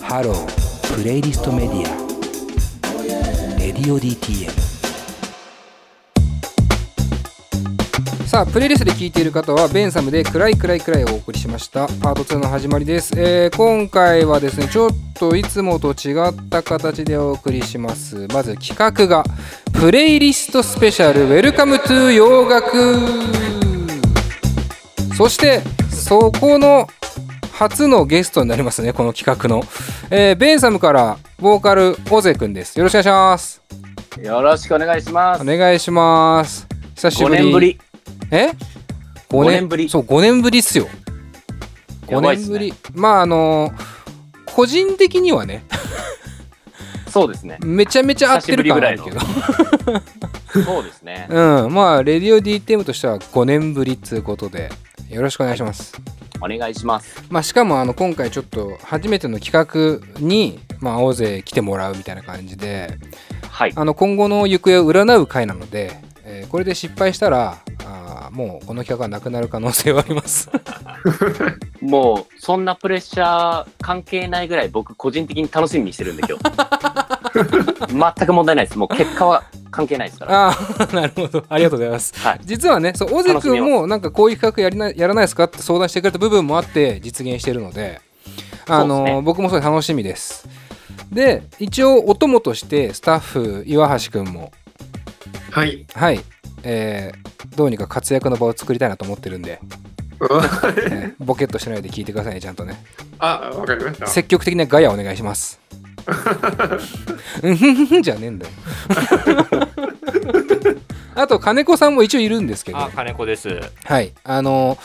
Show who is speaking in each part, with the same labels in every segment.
Speaker 1: ハロープレイリストメディア「レディオ DTM」さあプレイリストで聴いている方は「ベンサム」で「暗い暗い暗い」をお送りしましたパート2の始まりです、えー今回はですねちょっといつもと違った形でお送りしますまず企画が「プレイリストスペシャルウェルカムトゥ洋楽」そしてそこの初のゲストになりますねこの企画の、えーベンサムからボーカルオゼくんですよろしくお願いします
Speaker 2: よろしくお願いしま
Speaker 1: お
Speaker 2: す。
Speaker 1: 願いします久し
Speaker 2: 5
Speaker 1: ぶり
Speaker 2: 年ぶり。
Speaker 1: え五
Speaker 2: 五年ぶり
Speaker 1: そう5年ぶりっすよ5
Speaker 2: やばいっ
Speaker 1: 年
Speaker 2: す
Speaker 1: ぶ
Speaker 2: ね
Speaker 1: り、まああの個人的にはね。
Speaker 2: そうですね
Speaker 1: めちゃめちゃ合ってる感ある
Speaker 2: 久
Speaker 1: け
Speaker 2: しぶり
Speaker 1: ど
Speaker 2: ぐそうですね。
Speaker 1: うんまあレディオ DTM としては5年ぶりっつうことでよろしくお願いします、
Speaker 2: お願いします。
Speaker 1: まあ、しかもあの今回ちょっと初めての企画に、まあ、大勢来てもらうみたいな感じで
Speaker 2: はい。
Speaker 1: あの今後の行方を占う回なので、えーこれで失敗したらあーもうこの企画はなくなる可能性はあり ます。
Speaker 2: もう、そんなプレッシャー関係ないぐらい僕個人的に楽しみにしてるんで今日。全く問題ないです。もう結果は関係ないですから。
Speaker 1: あーなるほどありがとうございます。
Speaker 2: はい。
Speaker 1: 実はね、そう大関君もなんかこういう企画やりなやらないですかって相談してくれた部分もあって実現してるので、あ
Speaker 2: そ
Speaker 1: の
Speaker 2: うですね
Speaker 1: 僕もそれ楽しみです。で一応お供としてスタッフ岩橋君も
Speaker 3: はい。
Speaker 1: はい、えーどうにか活躍の場を作りたいなと思ってるんで、えーボケっとしないで聞いてくださいねちゃんとね。
Speaker 3: あ、わかりました。
Speaker 1: 積極的なガヤお願いします。うんふんふんふんじゃねえんだよ。あと金子さんも一応いるんですけど、
Speaker 4: あ、金子です。
Speaker 1: はい、あの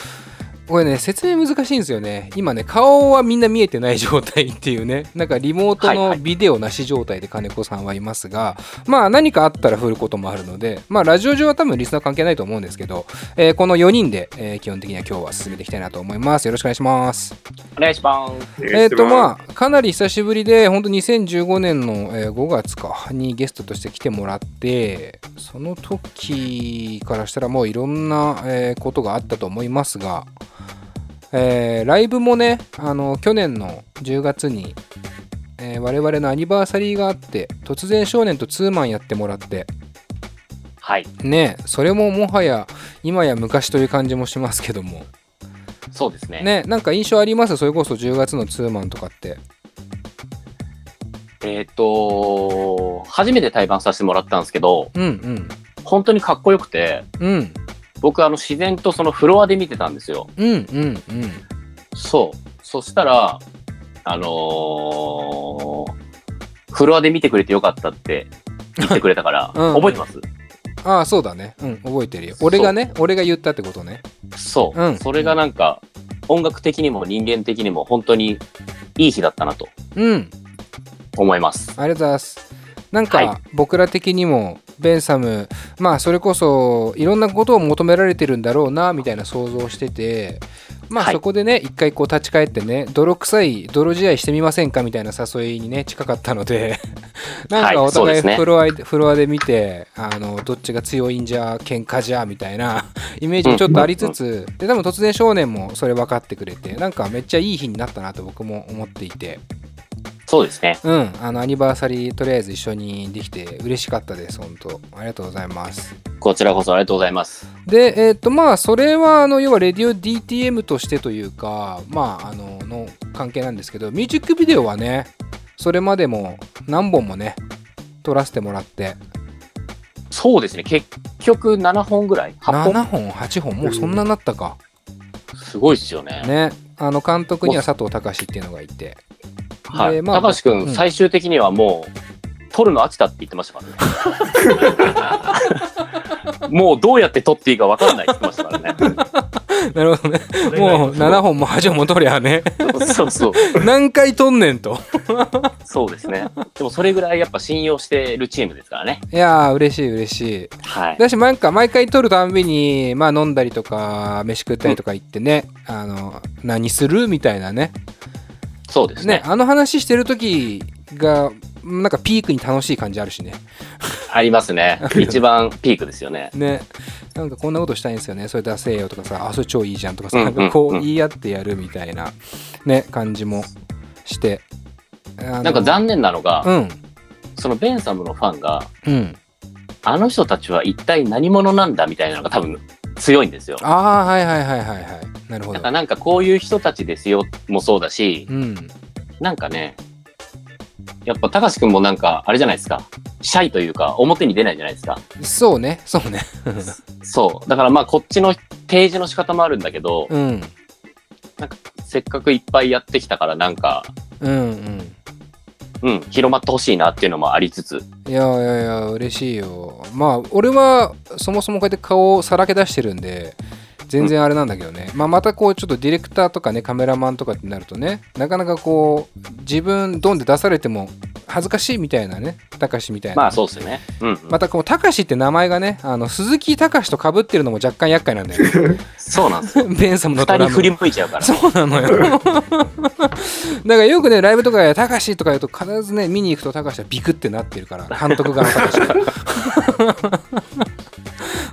Speaker 1: これね説明難しいんですよね今ね顔はみんな見えてない状態っていうねなんかリモート
Speaker 2: はいは
Speaker 1: の
Speaker 2: い
Speaker 1: ビデオなし状態で金子さんはいますが、まあ何かあったら振ることもあるのでまあラジオ上は多分リスナー関係ないと思うんですけど、えーこの4人で、えー基本的には今日は進めていきたいなと思いますよろしくお願いします
Speaker 2: お願いします。
Speaker 3: お願いします
Speaker 1: えっ、とまあかなり久しぶりで本当2015年の、えー5月かにゲストとして来てもらってその時からしたらもういろんな、えーことがあったと思いますが、えーライブもねあの去年の10月に、えー我々のアニバーサリーがあって突然少年とツーマンやってもらって
Speaker 2: はい。
Speaker 1: ねそれももはや今や昔という感じもしますけども
Speaker 2: そうですね。
Speaker 1: ねなんか印象ありますそれこそ10月のツーマンとかって
Speaker 2: えっ、と初めて対バンさせてもらったんですけど、
Speaker 1: うんうん
Speaker 2: 本当にかっこよくて、
Speaker 1: うん
Speaker 2: 僕あの自然とそのフロアで見てたんですよ。
Speaker 1: うんうんうん
Speaker 2: そう。そしたら、あのーフロアで見てくれてよかっ たって言ってくれたから、
Speaker 1: うん
Speaker 2: 覚えてます
Speaker 1: ああそうだねうん覚えてるよ俺がね俺が言ったってことね
Speaker 2: そう、
Speaker 1: うん
Speaker 2: それがなんか、音楽的にも人間的にも本当にいい日だったなと
Speaker 1: うん
Speaker 2: 思います。
Speaker 1: ありがとうございますなんか、
Speaker 2: はい
Speaker 1: 僕ら的にもベンサムまあそれこそいろんなことを求められてるんだろうなみたいな想像しててまあ
Speaker 2: はい
Speaker 1: そこでね、一回こう立ち返ってね泥臭い泥試合してみませんかみたいな誘いにね近かったので なんか
Speaker 2: はい
Speaker 1: お互い
Speaker 2: そうですね
Speaker 1: フロアで,、フロアで見てあのどっちが強いんじゃ喧嘩じゃみたいな イメージもちょっとありつつ、で多分突然少年もそれ分かってくれてなんかめっちゃいい日になったなと僕も思っていて。
Speaker 2: そうですね。
Speaker 1: うん、あのアニバーサリーとりあえず一緒にできて嬉しかったです、本当。ありがとうございます。
Speaker 2: こちらこそありがとうございます。
Speaker 1: で、えっ、と、まあ、それは、あの、要は、レディオ DTM としてというか、まあ、あの、の関係なんですけど、ミュージックビデオはね、それまでも何本もね、撮らせてもらって、
Speaker 2: そうですね。結局7本ぐらい ?8
Speaker 1: 7
Speaker 2: 本
Speaker 1: 本、8本、もうそんなになったか。
Speaker 2: すごいですよね。
Speaker 1: ね。あの、監督には佐藤隆っていうのがいて。
Speaker 2: は
Speaker 1: で
Speaker 2: い。
Speaker 1: まあ
Speaker 2: 高橋君、
Speaker 1: うん
Speaker 2: 最終的にはもう、撮るの飽きたって言ってましたからね。 もうどうやって撮っていいか分かんないって言ってましたからね。
Speaker 1: なるほどね。もう、7本も8本も撮りゃね、
Speaker 2: そうそう。
Speaker 1: 何回撮んねんと。
Speaker 2: そうですね。でもそれぐらいやっぱ信用してるチームですからね。
Speaker 1: いやー、嬉しい、嬉しい。
Speaker 2: はい。
Speaker 1: だしなんか毎回撮るたんびに、まあ、飲んだりとか飯食ったりとか行ってね、あの何するみたいなね
Speaker 2: そうですね
Speaker 1: ね。あの話してる時がなんかピークに楽しい感じあるしね
Speaker 2: ありま すね。一番ピークですよね。
Speaker 1: ねなんかこんなことしたいんですよねそれ出せよとかさあそれ超いいじゃんとかさ、
Speaker 2: うん
Speaker 1: なんかこ
Speaker 2: うん
Speaker 1: う
Speaker 2: うん
Speaker 1: 言い合ってやるみたいなね感じもして、な
Speaker 2: なんか残念なのが、
Speaker 1: うん
Speaker 2: そのベンサムのファンが、
Speaker 1: うん
Speaker 2: あの人たちは一体何者なんだみたいなのが多分強いんですよ。
Speaker 1: ああはいはいはいはいはいなるほ
Speaker 2: だ
Speaker 1: ど
Speaker 2: からなんかこういう人たちですよもそうだし、
Speaker 1: うん
Speaker 2: なんかね、やっぱ高志くんもなんかあれじゃないですか。シャイというか表に出ないじゃないですか。
Speaker 1: そうねそうね
Speaker 2: そう。だからまあこっちの提示の仕方もあるんだけど、
Speaker 1: うん
Speaker 2: せっかくいっぱいやってきたからなんか、
Speaker 1: うんうん
Speaker 2: うん、広まってほしいなっていうのもありつつ。
Speaker 1: いやいやいや嬉しいよまあ俺はそもそもこうやって顔をさらけ出してるんで全然あれなんだけどね、まあ、またこうちょっとディレクターとかねカメラマンとかってなるとねなかなかこう自分ドンで出されても恥ずかしいみたいなねたかしみたいな、
Speaker 2: まあそうですよね。うん、うん。
Speaker 1: またこのたかしって名前がねあの鈴木たかしとかぶってるのも若干厄介なんだよね
Speaker 2: そうなんですよ。
Speaker 1: ベンサムの
Speaker 2: 二
Speaker 1: ド
Speaker 2: 人
Speaker 1: ラム
Speaker 2: 振り向いちゃ うから。
Speaker 1: そうなのよだからよくねライブとかで「たかし」とか言うと必ずね見に行くとたかしはビクってなってるから 監督側のたかしが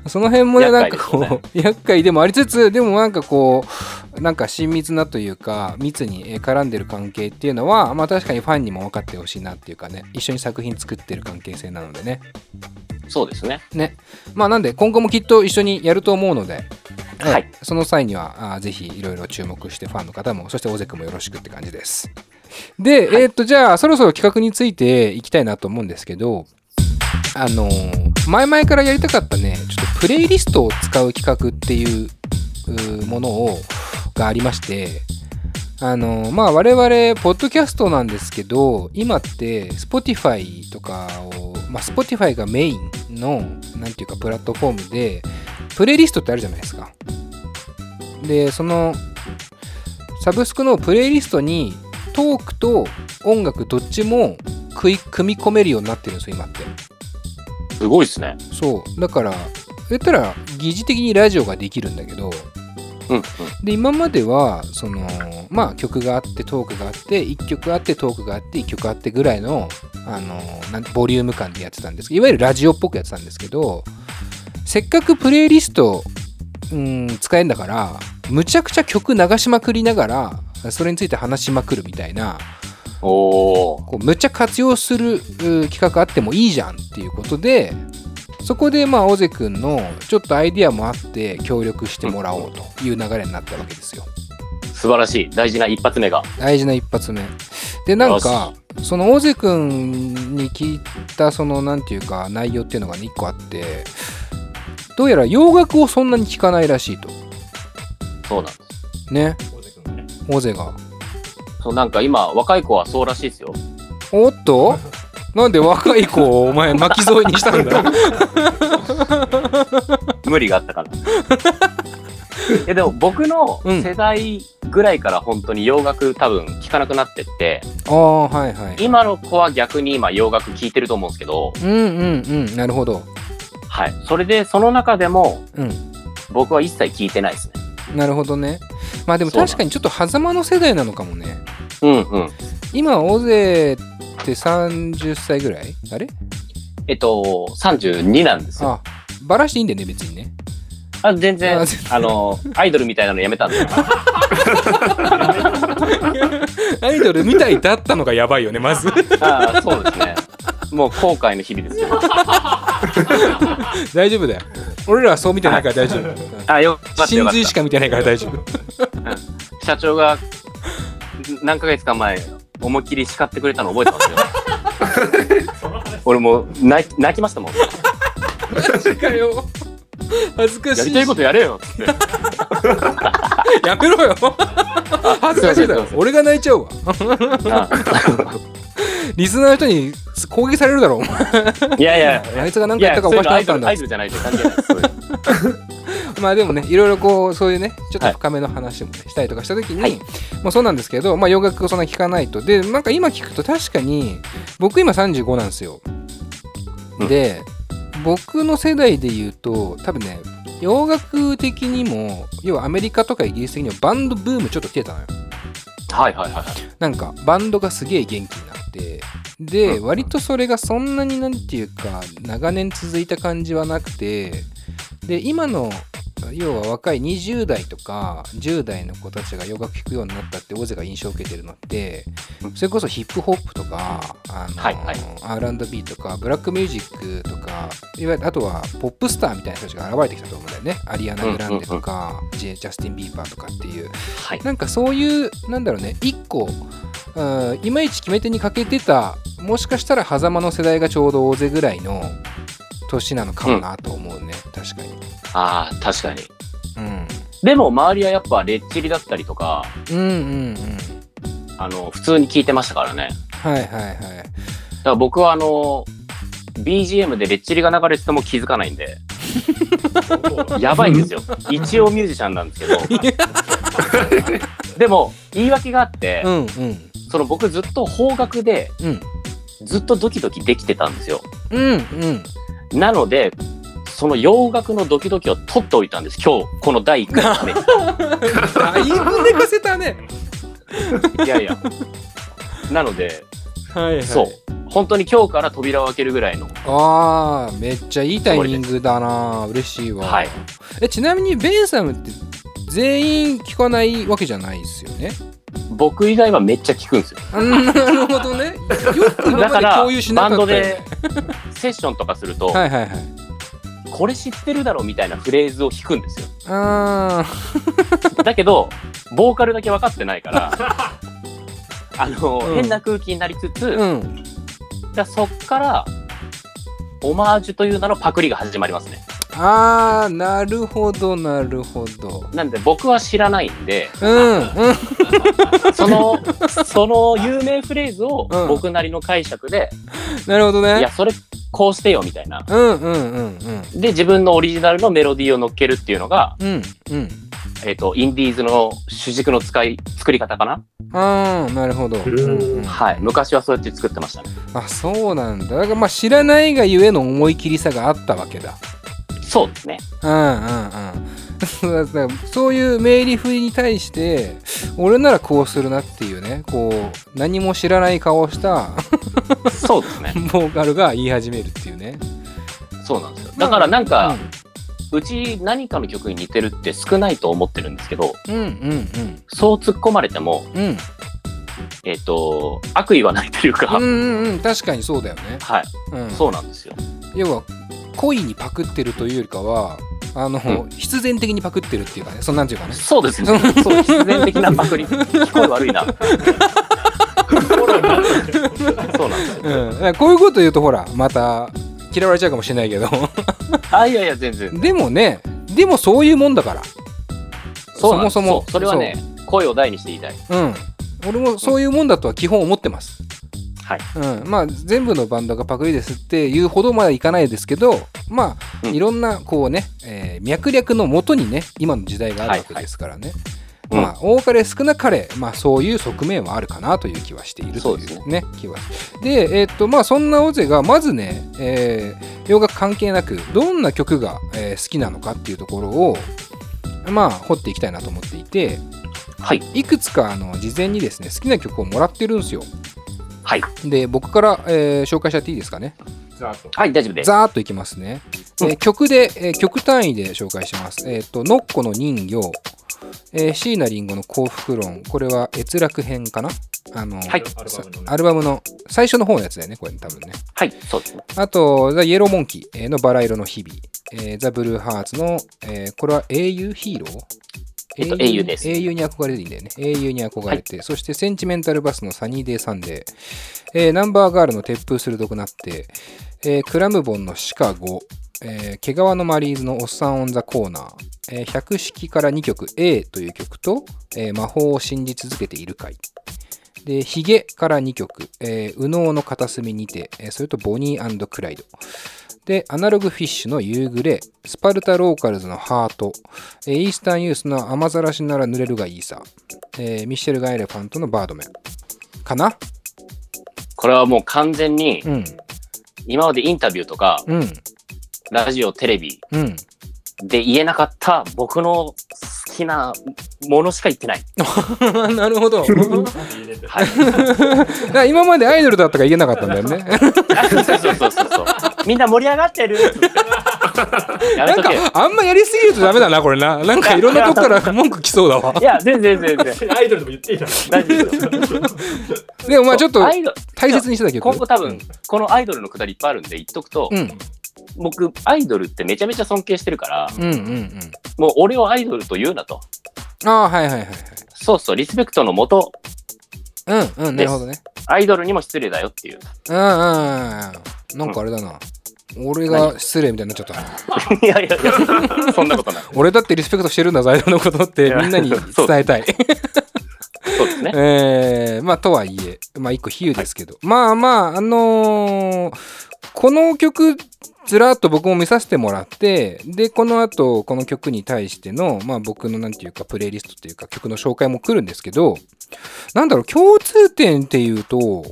Speaker 1: その辺もねなんかこう
Speaker 2: 厄介
Speaker 1: 厄介,、でもありつつでもなんかこうなんか親密なというか密にえー絡んでる関係っていうのはまあ確かにファンにも分かってほしいなっていうかね一緒に作品作ってる関係性なのでね
Speaker 2: そうですね。
Speaker 1: ねまあなんで今後もきっと一緒にやると思うので、
Speaker 2: はい
Speaker 1: ええその際にはあーぜひいろいろ注目してファンの方もそして尾瀬君もよろしくって感じですで、えーっとじゃあそろそろ企画についていきたいなと思うんですけどあのー前々からやりたかったねちょっとプレイリストを使う企画っていううーものをがありましてあのまあ我々ポッドキャストなんですけど今って Spotify とかを、まあ、Spotify がメインのなんていうかプラットフォームでプレイリストってあるじゃないですかでそのサブスクのプレイリストにトークと音楽どっちも食い組み込めるようになってるんですよ今って
Speaker 2: すごいですね。
Speaker 1: そうだから言ったら疑似的にラジオができるんだけど
Speaker 2: うん、うん。
Speaker 1: で今まではそのまあ曲があってトークがあって1曲あってトークがあって1曲あってぐらいのあのなんボリューム感でやってたんですけどいわゆるラジオっぽくやってたんですけどせっかくプレイリスト、うん、使えんだからむちゃくちゃ曲流しまくりながらそれについて話しまくるみたいな
Speaker 2: おー。
Speaker 1: こうむっちゃ活用するうー企画あってもいいじゃんっていうことでそこでまあ尾瀬くんのちょっとアイディアもあって協力してもらおうという流れになったわけですよ。
Speaker 2: 素晴らしい。大事な一発目が。
Speaker 1: 大事な一発目でなんかその大瀬君に聞いたそのなんていうか内容っていうのがね1個あってどうやら洋楽をそんなに聞かないらしいと
Speaker 2: そうなんです。
Speaker 1: ね大瀬が
Speaker 2: そうなんか今、若い子はそうらしいですよ。
Speaker 1: おっと なんで若い子をお前巻き添えにしたん だ
Speaker 2: 無理があった から。いやでも僕の
Speaker 1: うん
Speaker 2: 世代ぐらいから本当に洋楽多分聞かなくなってって、
Speaker 1: ああはいはい
Speaker 2: 今の子は逆に今洋楽聞いてると思うんですけど、
Speaker 1: うんうんうんなるほど
Speaker 2: はい。それでその中でも
Speaker 1: うん
Speaker 2: 僕は一切聞いてないですね。
Speaker 1: なるほどねまあでも確かにちょっと狭間の世代なのかもね
Speaker 2: うんうん。
Speaker 1: 今大勢って30歳ぐらいあれ
Speaker 2: えっと、32なんですよ。
Speaker 1: あバラしていいんだよね別にね
Speaker 2: あ全然
Speaker 1: あ
Speaker 2: あ
Speaker 1: 全
Speaker 2: の、アイドルみたいなのやめたんで。
Speaker 1: アイドルみたいだったのがやばいよねまず
Speaker 2: ああ、そうですね。もう後悔の日々ですよ。
Speaker 1: 大丈夫だよ俺らはそう見てないから大丈夫
Speaker 2: あ、よかった
Speaker 1: 真
Speaker 2: よかった
Speaker 1: 髄しか見てないから大 丈夫
Speaker 2: 社長がん何ヶ月か前思いっきり叱ってくれたの覚えて ますよ俺もう泣き泣きましたもんや
Speaker 1: 確かよ恥ずかしい
Speaker 2: りたいことやれ よっつって
Speaker 1: やめ ろよ恥ずかしいだろ
Speaker 2: すいませんすいません
Speaker 1: 俺が泣いちゃうわ
Speaker 2: あ
Speaker 1: リスナーの人に攻撃されるだろお前
Speaker 2: いやいや
Speaker 1: あいつが何
Speaker 2: い
Speaker 1: か言っ
Speaker 2: や
Speaker 1: たか
Speaker 2: そ
Speaker 1: お
Speaker 2: うい
Speaker 1: か
Speaker 2: う
Speaker 1: しく
Speaker 2: の
Speaker 1: な
Speaker 2: ア
Speaker 1: ったんだ
Speaker 2: イドルアイドルじゃないと関係ないですそういう
Speaker 1: まあでもねいろいろこうそういうねちょっと
Speaker 2: はい
Speaker 1: 深めの話もねしたりとかした時に、
Speaker 2: はい
Speaker 1: もうそうなんですけど、まあ、洋楽をそんな聞かないとでなんか今聞くと確かに僕今35なんですよ、
Speaker 2: うん
Speaker 1: で僕の世代で言うと多分ね洋楽的にも要はアメリカとかイギリス的にはバンドブームちょっと来てたのよ
Speaker 2: はいはいはいはい
Speaker 1: なんかバンドがすげえ元気になってで
Speaker 2: うん
Speaker 1: 割とそれがそんなになんていうか長年続いた感じはなくてで今の要は若い20代とか10代の子たちが洋楽聴くようになったって大勢が印象を受けてるのってそれこそヒップホップとかあの、
Speaker 2: はいはい
Speaker 1: R&B とかブラックミュージックとかいわゆるあとはポップスターみたいな人たちが現れてきたと思うんだよねアリアナ・グランデとか、ジェジャスティン・ビーバーとかっていう
Speaker 2: はい。
Speaker 1: なんかそういうなんだろうね一個うんいまいち決め手に欠けてたもしかしたら狭間の世代がちょうど大勢ぐらいの年なのかもなと思うね、確かに。
Speaker 2: ああ、確かに。
Speaker 1: うん
Speaker 2: でも、周りはやっぱ、レッチリだったりとか、
Speaker 1: うんうんうん
Speaker 2: あの、普通に聞いてましたからね。
Speaker 1: はいはいはい
Speaker 2: だから僕は、あの、BGM でレッチリが流れてても気づかな いんで、やばいんですよ。一応ミュージシャンなんですけど。でも、言い訳があって、
Speaker 1: うんうん
Speaker 2: その僕ずっと方角で、
Speaker 1: うん
Speaker 2: ずっとドキドキできてたんですよ。
Speaker 1: うんうん
Speaker 2: なので、その洋楽のドキドキを取っておいたんです、今日、この第1回目。
Speaker 1: だいぶ寝かせたね
Speaker 2: いやいや。なので、
Speaker 1: はい、はい、
Speaker 2: そう。本当に今日から扉を開けるぐらいの。
Speaker 1: あーめっちゃいいタイミングだな嬉しいわ、
Speaker 2: はい
Speaker 1: えちなみにベンサムって全員聞かないわけじゃないですよね
Speaker 2: 僕以外はめっちゃ聞くんですよ。
Speaker 1: あなるほどねよく今
Speaker 2: だ
Speaker 1: ま
Speaker 2: か
Speaker 1: で
Speaker 2: ら
Speaker 1: 共有し、な
Speaker 2: バン
Speaker 1: か
Speaker 2: ド
Speaker 1: ったよね
Speaker 2: でセッションとかすると、
Speaker 1: はいはいはい
Speaker 2: これ知ってるだろみたいなフレーズを弾くんですよ。
Speaker 1: あ
Speaker 2: だけど、ボーカルだけ分かってないから、 あの、
Speaker 1: うん
Speaker 2: 変な空気になりつつ、
Speaker 1: ーうん
Speaker 2: じゃあそっから、オマージュという名のパクリが始まりますね。
Speaker 1: あーなるほどなるほど
Speaker 2: なんで僕は知らないんで、
Speaker 1: うんうん
Speaker 2: その、その有名フレーズを
Speaker 1: うん
Speaker 2: 僕なりの解釈で、
Speaker 1: なるほど
Speaker 2: いや、
Speaker 1: ね
Speaker 2: それこうしてよみたいな。
Speaker 1: うんうんうんうん
Speaker 2: で、自分のオリジナルのメロディーを乗っけるっていうのが、
Speaker 1: うんうん
Speaker 2: えっ、と、インディーズの主軸の使い、作り方かな、
Speaker 1: ああなるほど、
Speaker 3: ん
Speaker 1: うんうん
Speaker 2: はい。昔はそうやって作ってましたね。
Speaker 1: あそうなんだだからまあ知らないがゆえの思い切りさがあったわけだ
Speaker 2: そうですね。
Speaker 1: うんうんうんだからそういう名リフに対して俺ならこうするなっていうねこう何も知らない顔をした
Speaker 2: そうですね。
Speaker 1: ボーカルが言い始めるっていうね
Speaker 2: そうなんですよ。だからなん
Speaker 1: うん
Speaker 2: か、うち何かの曲に似てるって少ないと思ってるんですけど、
Speaker 1: うんうん
Speaker 2: そう突っ込まれても、
Speaker 1: うんうん
Speaker 2: えっ、と、悪意はないというか、
Speaker 1: うんうんうん確かにそうだよね、
Speaker 2: はい。
Speaker 1: うん、
Speaker 2: そうなんですよ。
Speaker 1: 要は恋にパクってるというよりかはあの、必然的にパクってるっていうかねそんなんていうかね
Speaker 2: そうですね。そう、必然的なパクリ。聞こえ悪い な。そうなんですよ。
Speaker 1: うん、だからこういうこと言うとほらまた嫌われちゃうかもしれないけど
Speaker 2: あ、いやいや、全然。
Speaker 1: でもねでもそういうもんだから
Speaker 2: そうなんです
Speaker 1: そもそも
Speaker 2: うそれはね、声を大にして言いたい。
Speaker 1: うん俺もそういうもんだとは基本思ってます、
Speaker 2: はい。
Speaker 1: うん、まあ全部のバンドがパクリですっていうほどまでいかないですけどまあ
Speaker 2: うん
Speaker 1: いろんなこうね、えー脈略のもとにね今の時代があるわけですからね、
Speaker 2: はいはい
Speaker 1: まあ多かれ少なかれ、まあ、そういう側面はあるかなという気はしていると
Speaker 2: そう
Speaker 1: い
Speaker 2: です
Speaker 1: うね気はでえーっとまあそんなオゼがまずね、えー洋楽関係なくどんな曲が、えー好きなのかっていうところをまあ掘っていきたいなと思っていて、
Speaker 2: はい。
Speaker 1: いくつかあの事前にですね好きな曲をもらってるんですよ
Speaker 2: はい。
Speaker 1: で僕から、えー紹介しちゃっていいですかね
Speaker 3: ざっと。
Speaker 2: はい、大丈夫です。
Speaker 1: ざーっといきますね、えー曲で、えー曲単位で紹介しますえっ、と「ノッコの人形」えー椎名林檎の幸福論これは閲楽編かなあの、
Speaker 2: はい
Speaker 3: アルバムのね
Speaker 1: アルバムの最初の方のやつだよねこれ多分ね
Speaker 2: はい、そうですね。
Speaker 1: あと、ザ・イエローモンキーのバラ色の日々、えーザ・ブルーハーツの、えーこれは英雄ヒーロー
Speaker 2: えっと英雄です
Speaker 1: 英雄に憧れていいんだよね。英雄に憧れて、そしてセンチメンタルバスのサニーデイサンデー、えーナンバーガールの鉄風鋭くなって、えークラムボンのシカゴ、えー毛皮のマリーズのおっさんオンザコーナー、えー百式から2曲 A という曲と、えー魔法を信じ続けているかい。で、ヒゲから2曲、えー、右脳の片隅にて、えーそれとボニークライド。で、アナログフィッシュの夕暮れ、スパルタローカルズのハート、えーイースタンユースの雨ざらしなら濡れるがいいさ、えーミッシェル・ガイレファントのバードメン。かな
Speaker 2: これはもう完全に、
Speaker 1: うん、
Speaker 2: 今までインタビューとか、
Speaker 1: うん、
Speaker 2: ラジオ、テレビ
Speaker 1: うん。
Speaker 2: で言えなかった僕の好きなものしか言ってない。
Speaker 1: なるほ ど。
Speaker 2: はい。
Speaker 1: だから今までアイドルだったから言えなかったんだよね。
Speaker 2: そうそうそうそうそう。 みんな盛り上がってるつって やめ
Speaker 1: なん
Speaker 2: と
Speaker 1: か
Speaker 2: けよ
Speaker 1: あんまやりすぎるとダメだなこれななんかいろんなとこから文句来そうだわ
Speaker 2: いや全然全然
Speaker 4: アイドルでも言っていいじゃん。
Speaker 2: 大丈夫ですよ
Speaker 1: でもまあちょっと
Speaker 2: アイドル
Speaker 1: 大切にしてたけど
Speaker 2: 今後多分このアイドルのくだりいっぱいあるんで言っとくと、
Speaker 1: うん
Speaker 2: 僕アイドルってめちゃめちゃ尊敬してるから
Speaker 1: うんうんうん
Speaker 2: もう俺をアイドルと言うなと
Speaker 1: ああはいはいはい
Speaker 2: そうそうリスペクトのもと
Speaker 1: はいうんうんなるほどね
Speaker 2: アイドルにも失礼だ よっていう
Speaker 1: うんうんうんうんなんかあれだな俺が失礼みたいになっちゃったない
Speaker 2: やいやいやそんなことない
Speaker 1: 俺だってリスペクトしてるんだぞアイドルのことってみんなに伝えたい
Speaker 2: そうですね
Speaker 1: えー、まあとはいえまあ一個比喩ですけど、まあまああのーこの曲ずらっと僕も見させてもらってでこの後この曲に対しての、まあ、僕のなんていうかプレイリストっていうか曲の紹介も来るんですけどなんだろう共通点っていうと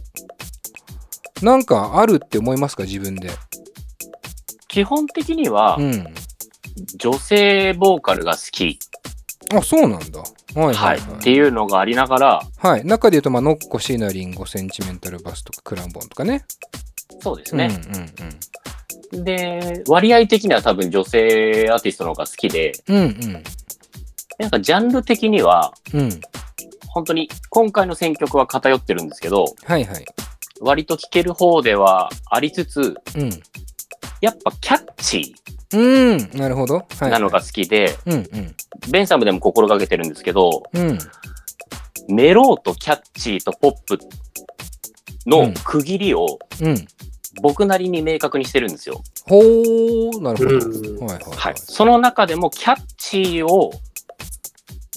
Speaker 1: なんかあるって思いますか自分で。
Speaker 2: 基本的には
Speaker 1: うん、
Speaker 2: 女性ボーカルが好き、
Speaker 1: あそうなんだ。はい
Speaker 2: は
Speaker 1: はいい、は
Speaker 2: っ
Speaker 1: い
Speaker 2: ていうのがありながら
Speaker 1: はい、中で言うと、まあ、ノッコシーナリンゴセンチメンタルバスとかクランボンとかね。
Speaker 2: そうですね、
Speaker 1: うんう
Speaker 2: で割合的には多分女性アーティストの方が好きで
Speaker 1: んうん。うん
Speaker 2: なんかジャンル的には
Speaker 1: うん。うん。
Speaker 2: 本当に今回の選曲は偏ってるんですけど
Speaker 1: はいはい。
Speaker 2: 割と聴ける方ではありつつ
Speaker 1: うん。
Speaker 2: やっぱキャッチ
Speaker 1: うん、なるほど。は
Speaker 2: ー
Speaker 1: い。
Speaker 2: なのが好きで、
Speaker 1: うんうん。
Speaker 2: ベンサムでも心がけてるんですけど
Speaker 1: うん。
Speaker 2: メローとキャッチーとポップ
Speaker 1: う
Speaker 2: の
Speaker 1: ん
Speaker 2: 区切りを
Speaker 1: うん。
Speaker 2: 僕なりに明確にしてるんですよ。
Speaker 1: ほー、なるほ
Speaker 3: うん
Speaker 1: ど。はいはい。
Speaker 2: はい、その中でもキャッチーを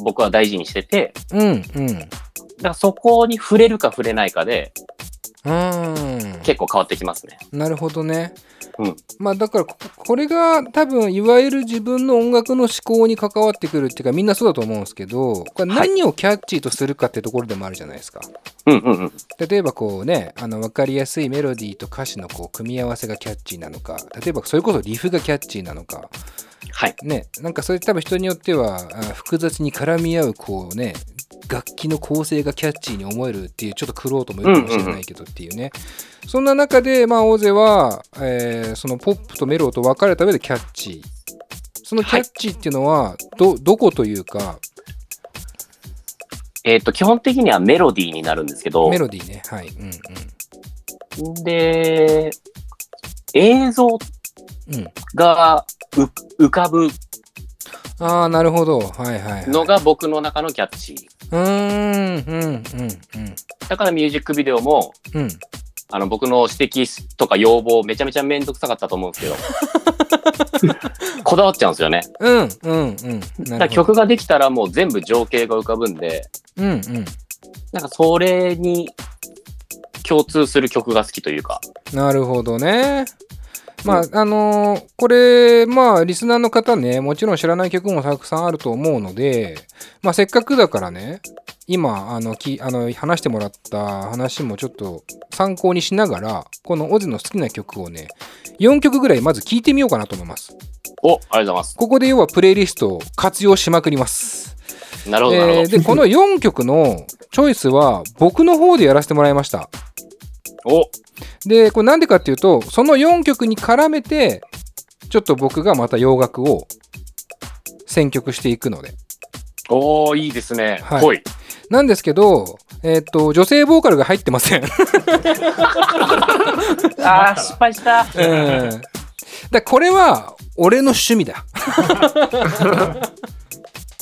Speaker 2: 僕は大事にしてて
Speaker 1: うんうん。
Speaker 2: だからそこに触れるか触れないかで
Speaker 1: あ
Speaker 2: 結構変わってきますね。
Speaker 1: ーなるほどね。
Speaker 2: うん
Speaker 1: まあだからここれが多分いわゆる自分の音楽の思考に関わってくるっていうかみんなそうだと思うんですけどこれ何をキャッチーとするかってところでもあるじゃないですか。
Speaker 2: うんうんうん。
Speaker 1: 例えばこうねあの分かりやすいメロディーと歌詞のこう組み合わせがキャッチーなのか例えばそれこそリフがキャッチーなのか
Speaker 2: はい。
Speaker 1: ねなんかそれ多分人によってはあ複雑に絡み合うこうね楽器の構成がキャッチーに思えるっていうちょっと苦労ともいるかもしれないけどっていうね、そんな中でまあ大勢は、えーそのポップとメロと分かれた上でキャッチーそのキャッチーっていうのはど,、どこというか
Speaker 2: えっ、と基本的にはメロディーになるんですけど
Speaker 1: メロディーねはいうん
Speaker 2: で映像
Speaker 1: うんうん
Speaker 2: がう浮かぶ
Speaker 1: ああなるほどはいはい、はい、
Speaker 2: のが僕の中のキャッチー。
Speaker 1: うーんうんうん
Speaker 2: だからミュージックビデオも
Speaker 1: うんうん
Speaker 2: あの僕の指摘とか要望めちゃめちゃめんどくさかったと思うんですけど こだわっちゃうんですよね
Speaker 1: うんうんうん
Speaker 2: だ
Speaker 1: な
Speaker 2: から
Speaker 1: るほど
Speaker 2: 曲ができたらもう全部情景が浮かぶんで
Speaker 1: うんうん
Speaker 2: なんかそれに共通する曲が好きというか
Speaker 1: なるほどね。まあ、
Speaker 2: う
Speaker 1: あのーこれ、まあ、リスナーの方ね、もちろん知らない曲もたくさんあると思うので、まあ、せっかくだからね、今、あの、きあの話してもらった話もちょっと参考にしながら、このオズの好きな曲をね、4曲ぐらいまず聴いてみようかなと思います。
Speaker 2: おありがとうございます
Speaker 1: ここで要はプレイリストを活用しまくります。
Speaker 2: なるほどなるほ
Speaker 1: えー
Speaker 2: ど、
Speaker 1: で、この4曲のチョイスは僕の方でやらせてもらいました。でこれなんでかっていうとその4曲に絡めてちょっと僕がまた洋楽を選曲していくので
Speaker 2: おおーいいですね
Speaker 1: はい
Speaker 2: ぽい
Speaker 1: なんですけど、えっと女性ボーカルが入ってません、
Speaker 2: あー失敗した
Speaker 1: うん、だからこれは俺の趣味だ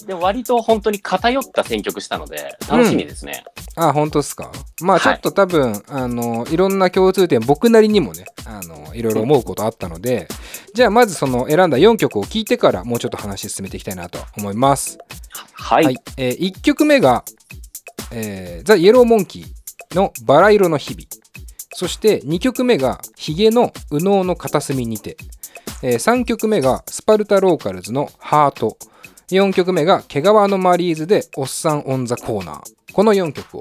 Speaker 2: でも割と本当に偏った選曲したので楽しみですね、
Speaker 1: あ本当ですかまあちょ
Speaker 2: はい
Speaker 1: っと多分、あのいろんな共通点僕なりにもねあのいろいろ思うことあったので、じゃあまずその選んだ4曲を聴いてからもうちょっと話進めていきたいなと思います
Speaker 2: はい、
Speaker 1: はいえ1曲目が、えー、ザ・イエローモンキーの「バラ色の日々」そして2曲目が「ヒゲの右脳の片隅にて」え3曲目がスパルタローカルズの「ハート」4曲目が「毛皮のマリーズ」で「おっさんオン・ザ・コーナー」この4曲を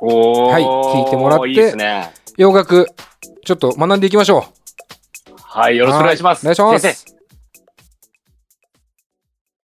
Speaker 2: おー
Speaker 1: はい聞いてもらって
Speaker 2: いいですね
Speaker 1: 洋楽ちょっと学んでいきましょう
Speaker 2: はいよろしくお願いします
Speaker 1: はお願いします
Speaker 2: 先